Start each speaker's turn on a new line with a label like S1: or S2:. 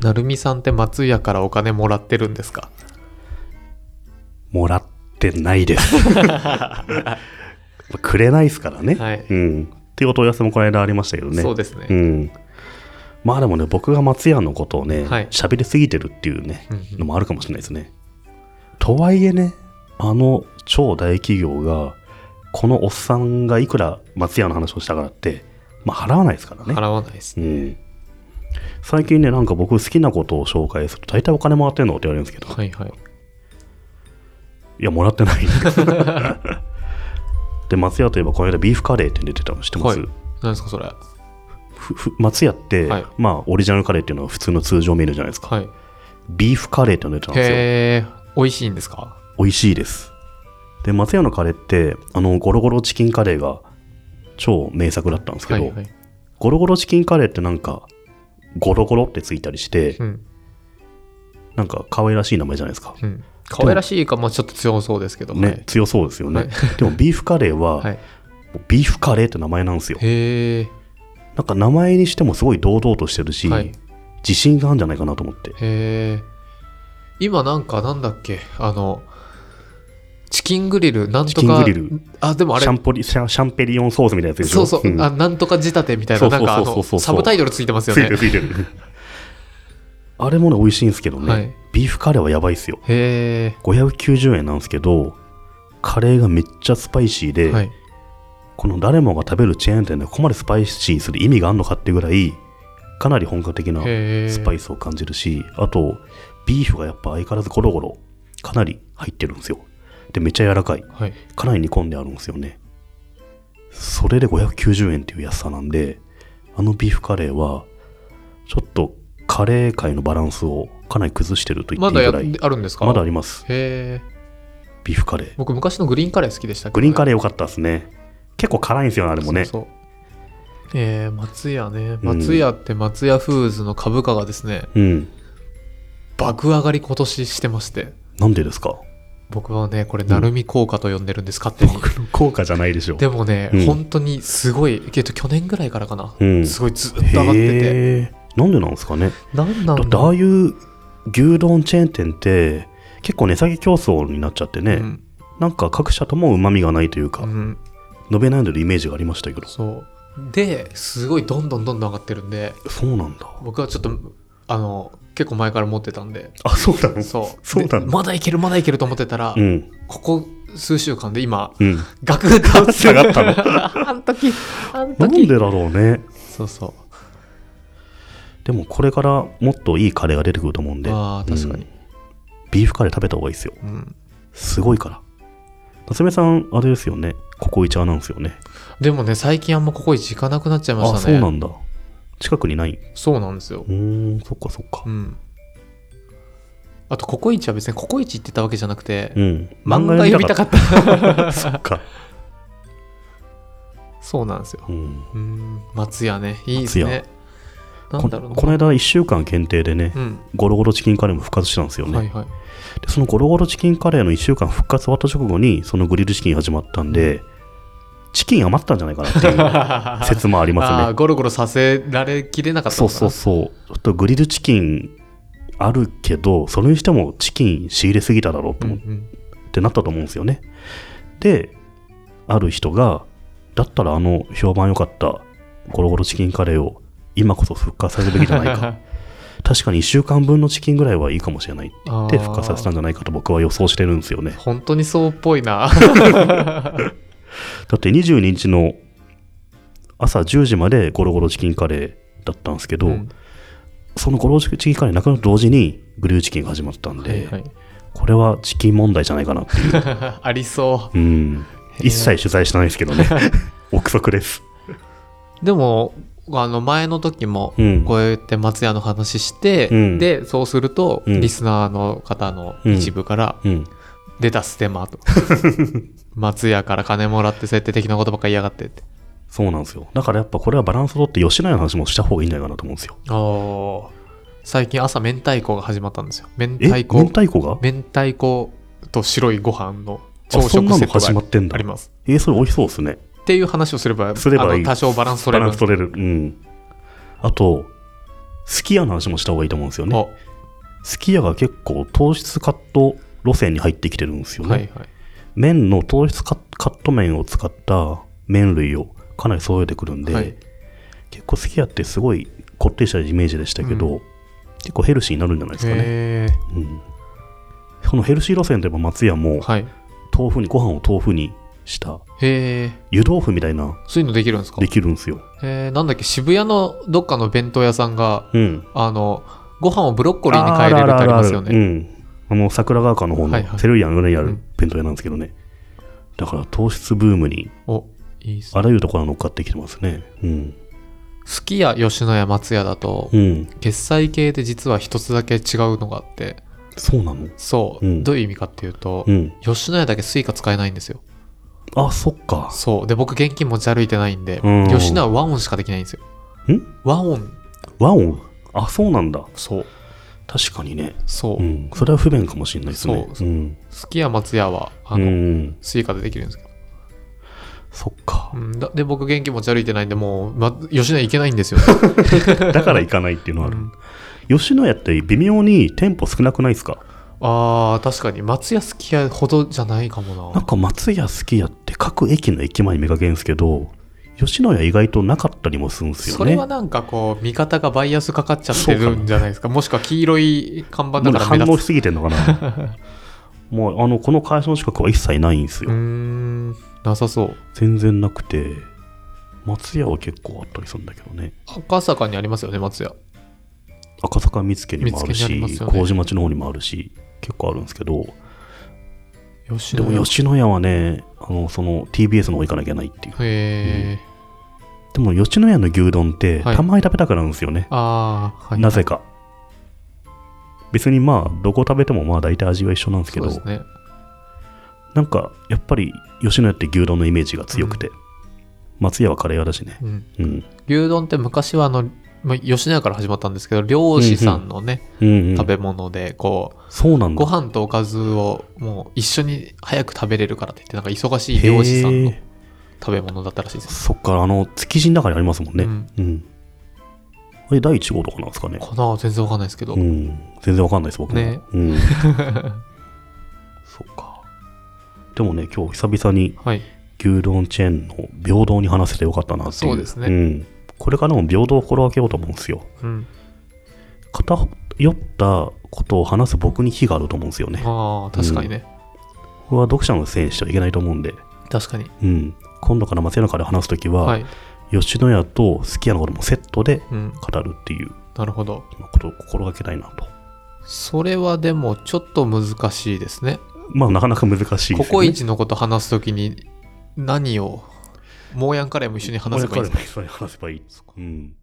S1: なるみさんって松屋からお金もらってるんですか
S2: もらってない です。くれないですからね。
S1: はい
S2: うん。っていうお問い合わせもこの間ありましたけどね。
S1: そうですね、
S2: うん。まあでもね、僕が松屋のことをね、
S1: はい
S2: 喋、りすぎてるっていうね
S1: うんうん、
S2: のもあるかもしれないですね。とはいえね、あの超大企業が、このおっさんがいくら松屋の話をしたからって、まあ払わないですからね。
S1: 払わないです
S2: う
S1: ね、
S2: ん。最近ね、なんか僕好きなことを紹介すると、大体お金もらってんのって言われるんですけど、
S1: はいはい
S2: いや、もらってないん です。で、松屋といえば、この間ビーフカレーって出てたの知ってます、
S1: はい何ですかそれは
S2: ふふ松屋って、
S1: はい
S2: まあ、オリジナルカレーっていうのは普通の通常メニューじゃないですか。
S1: い
S2: ビーフカレーってのが出てたんですよ。
S1: へえ美味しいんですか
S2: 美味しいです。で、松屋のカレーって、あの、ゴロゴロチキンカレーが超名作だったんですけ
S1: は
S2: ど、
S1: いはい
S2: ゴロゴロチキンカレーってなんか、ゴロゴロってついたりして、
S1: うん
S2: なんか可愛らしい名前じゃないですか。
S1: うん可愛らしいかもちょっと強そうですけど
S2: ね、強そうですよね。
S1: はい
S2: でも、ビーフカレーは、
S1: はい、はい、
S2: ビーフカレーって名前なんですよ。
S1: へえ
S2: なんか名前にしてもすごい堂々としてるし、
S1: はい
S2: 自信があるんじゃないかなと思って。
S1: へえ今なんかなんだっけあのチキングリルなんとか
S2: チキングリル
S1: あでもあれ
S2: シャンポリシャンシャンペリオンソースみたいなやつでし
S1: そ
S2: ょ
S1: うそう、
S2: ん
S1: あなんとか仕立てみたい
S2: そ
S1: な
S2: うそ
S1: な
S2: うんそう
S1: かあ
S2: そうそうそ
S1: の
S2: う
S1: サブタイトルついてますよ
S2: つい
S1: ね
S2: てるついてる。あれもね、美味しいんですけどね、
S1: はい
S2: ビーフカレーはやばいっすよ。
S1: へ
S2: 590円なんですけど、カレーがめっちゃスパイシー
S1: え
S2: で、
S1: はい
S2: この誰もが食べるチェーン店でここまでスパイシーにする意味があるのかっていうぐらい、かなり本格的な
S1: へえ
S2: スパイスを感じるし、あと、ビーフがやっぱ相変わらずゴロゴロ、かなり入ってるんですよ。で、めっちゃ柔らかい。
S1: はい
S2: かなり煮込んであるんですよね。それで590円っていう安さなんで、あのビーフカレーは、ちょっとカレー界のバランスをかなり崩してると言
S1: ま
S2: ってい
S1: だ
S2: い
S1: や
S2: ぐらい、
S1: あるんですか
S2: まだあります。
S1: へえ
S2: ビーフカレー。
S1: 僕昔のグリーンカレー好きでしたけど、
S2: グリーンカレー良かったですね。結構辛いんですよ、あれもね。
S1: そうそうえー、松屋ね松屋って松屋フーズの株価がですね、
S2: うん。
S1: 爆上がり今年してまして
S2: なんでですか
S1: 僕はねこれ鳴海効果と呼んでるんです勝手に
S2: 効果じゃないでしょう。
S1: でもね、
S2: うん
S1: 本当にすごい、えっと、去年ぐらいからかな、
S2: うん
S1: すごいずっと上がってて、
S2: へーなんでなんですかね。
S1: なんな
S2: だっ
S1: ん
S2: て
S1: だ
S2: ああいう牛丼チェーン店って結構値下げ競争になっちゃってね、
S1: うん
S2: なんか各社ともうまみがないというか、
S1: うん、
S2: 述べないのでイメージがありましたけど
S1: そう。で、すごいどんどんどんどん上がってるんで、
S2: そうなんだ
S1: 僕はちょっと、あの、結構前から持ってたんで、
S2: あそうなの
S1: そう。
S2: そうなんだ
S1: でまだいける、まだいけると思ってたら、
S2: うん
S1: ここ数週間で今、
S2: うん
S1: ガクッと
S2: 下がった
S1: の。あん時、あん
S2: なん
S1: 時。
S2: でだろうね
S1: そうそう。
S2: でもこれからもっといいカレーが出てくると思うんで
S1: あー確かに
S2: うんビーフカレー食べた方がいいですよ
S1: うん、
S2: すごいから夏目さんあれですよねココイチ派なんですよね
S1: でもね、最近あんまここ行かなくなっちゃいました
S2: あ
S1: ね。
S2: そうなんだ近くにない
S1: そうなんですよ
S2: う。ーんそっかそっか
S1: うん。あと、ココイチは別にココイチ行ってたわけじゃなくて、
S2: うん
S1: 漫画読みたか
S2: っ
S1: った。
S2: たそっか
S1: そうなんですよ。
S2: うん
S1: うーん、松屋ね。いいですね。なん
S2: こ
S1: だろうな
S2: この間1週間限定でね、
S1: うん。
S2: ゴロゴロチキンカレーも復活したんですよね、
S1: はいはい。
S2: でそのゴロゴロチキンカレーの1週間復活終わった直後にそのグリルチキン始まったんで、チキン余ったんじゃないかなって いう説もあり
S1: あ
S2: ま
S1: あ、
S2: すね
S1: ゴロゴロさせられきれなかった
S2: そ
S1: の
S2: う
S1: かな
S2: そうそうちょっとグリルチキンあるけどそれにしてもチキン仕入れすぎただろうと
S1: うん
S2: 思
S1: う
S2: っ
S1: ん
S2: てなったと思うんですよね、である人がだったらあの評判良かったゴロゴロチキンカレーを今こそ復活させるべきじゃな いか確かに1週間分のチキンぐらいはいいかもしれないって言って復活させたんじゃないかと僕は予想してるんですよね
S1: 本当にそうっぽいな。
S2: だって22日の朝10時までゴロゴロチキンカレーだったんで すけど、
S1: うん
S2: そのゴロゴロチキンカレーなくなると同時にグリューチキンが始まったんで、
S1: はいはい
S2: これはチキン問題じゃないかなっていう、
S1: ありそ
S2: うん、
S1: へえ
S2: 一切取材してないですけど ね憶測です、
S1: う。でも、あの前の時も
S2: うん
S1: こうやって松屋の話して、
S2: うん
S1: でそうすると
S2: うん
S1: リスナーの方の一部から
S2: うん、
S1: 「出たステ マ」と「松屋から金もらって設定的なことばっかり言いやがって」って
S2: そうなんですよだからやっぱこれはバランスを取って吉野家の話もした方がいいんじゃないかなと思うんですよ
S1: ああ最近朝明太子が始まったんですよ明
S2: え
S1: 太
S2: 明
S1: 子
S2: 太子が
S1: 明太子と白いご飯の朝
S2: あ
S1: 食
S2: そんな
S1: セ
S2: の
S1: ット
S2: 始ま
S1: が
S2: ってんだ
S1: あります
S2: えそれ美味しそうですね
S1: っていう話をすれば
S2: すればいい
S1: あの多少バランス取れ
S2: バラ
S1: る
S2: ンス取れるうんあとすき家の話もした方がいいと思うんですよね
S1: あ、
S2: すき家が結構糖質カット路線に入ってきてるんですよね、
S1: はいはい。
S2: 麺の糖質カカット麺を使った麺類をかなり揃えてくるんで、
S1: はい
S2: 結構すき家ってすごいこってりしたイメージでしたけど、
S1: う
S2: 結構ヘルシーになるんじゃないですかね、
S1: へ
S2: うん、そのヘルシー路線でも松屋
S1: え。
S2: も
S1: はい。
S2: 豆腐にご飯を豆腐にした
S1: へえ。
S2: 湯豆腐みたいな
S1: そういうのできるんですか
S2: できるんですよ、
S1: えー、なんだっけ、渋谷のどっかの弁当屋さんが、
S2: うん、
S1: あの、ご飯をブロッコリーに変えれるってありますよ
S2: あるあるあるあるう
S1: ね。
S2: ん、あの桜川家の方
S1: はいは
S2: の
S1: い
S2: セルイアン裏にあ
S1: う
S2: る
S1: ん
S2: 弁当屋なんですけどね、だから糖質ブームに
S1: お、いいっす。
S2: あらゆるところが乗っかってきてますねうん
S1: すき家、吉野家、松屋だと、
S2: うん
S1: 決済系で実は一つだけ違うのがあって、
S2: そうなの
S1: そう、
S2: うん
S1: どういう意味かっていうと、
S2: うん
S1: 吉野家だけスイカ使えないんですよ。
S2: あそっか
S1: そう。で、僕現金持ち歩いてないんで、
S2: うん
S1: 吉野家ワンオンしかできないんですよ。
S2: ん
S1: ワンオン。
S2: 和音あそうなんだ
S1: そう。
S2: 確かにね
S1: そうう。
S2: んそれは不便かもしれないですね
S1: そう
S2: うん
S1: すき家、松屋は、あ
S2: う
S1: の、
S2: ん
S1: スイカでできるんですけど。
S2: そっか
S1: うん、だで、僕現金持ち歩いてないんで、もう、ま、吉野家行けないんですよ。
S2: だから行かないっていうのはある
S1: うん
S2: 吉野家って微妙に店舗少なくないですか
S1: あー確かに松屋すき家ほどじゃないかも
S2: な
S1: なん
S2: か松屋好き家って各駅の駅前に見かけるんですけど吉野家意外となかったりもするんですよね
S1: それはなんかこう見方がバイアスかかっちゃってるんじゃないですかもしくは黄色い看板だか
S2: もう
S1: ら
S2: 反
S1: 目
S2: 応
S1: 立
S2: し
S1: つ
S2: すぎてんのかな もうあのこの会社の近くは一切ないんです
S1: う
S2: よ、
S1: ーんなさそう
S2: 全然なくて松屋は結構あったりするんだけどね
S1: 赤坂にありますよね松屋
S2: 赤坂見附にもある
S1: 見附にあ
S2: し
S1: りますよね
S2: 麹町の方にもあるし結構あるんですけど
S1: 吉
S2: で
S1: 野家
S2: も吉野家はねあのその TBS の方行かなきゃいけないっていう
S1: へえ、
S2: でも吉野家の牛丼って
S1: はい
S2: たまに食べたくなるんですよね、
S1: ああはい
S2: なぜか別にまあどこ食べてもまあ大体味は一緒なんですけ
S1: そう
S2: ど
S1: ですね
S2: なんかやっぱり吉野家って牛丼のイメージが強くて、松屋はカレー屋だしね
S1: うん
S2: うん
S1: 牛丼って昔はあの、まあ、吉野家から始まったんですけど漁師さんのね、
S2: うんうん
S1: 食べ物でこう
S2: そうなんだ
S1: ご飯とおかずをもう一緒に早く食べれるからって言ってなんか忙しい漁師さんの
S2: へ
S1: 食べ物だったらしいで
S2: ー
S1: す
S2: そっからあの築地の中にありますもんね
S1: う
S2: うんん、あれ第1号とかなんですかね
S1: かな全然わかんないですけど、
S2: うん全然わかんないです僕も
S1: ね
S2: うん そっかでもね今日久々に
S1: はい
S2: 牛丼チェーンの平等に話せてよかったなってい
S1: そ
S2: う
S1: うですね
S2: ん、これからも平等を心がけようと思うんですよ
S1: うん
S2: 偏ったことを話す僕に非があると思うんですよね
S1: ああ確かにね、
S2: これは読者のせいにしてはいけないと思うんで、
S1: 確かに
S2: うん、今度から松屋の中で話すときは、
S1: はい、
S2: 吉野家とすき家のこともセットで
S1: うん、
S2: 語るっていう
S1: なるほど
S2: ことを心がけたいなと
S1: それはでもちょっと難しいですね
S2: まあなかなか難しいですよね
S1: ココイチのこと話すときに何をモーヤンカレーも一緒に話せばいいんです
S2: これからも一緒に話せばいい、うん、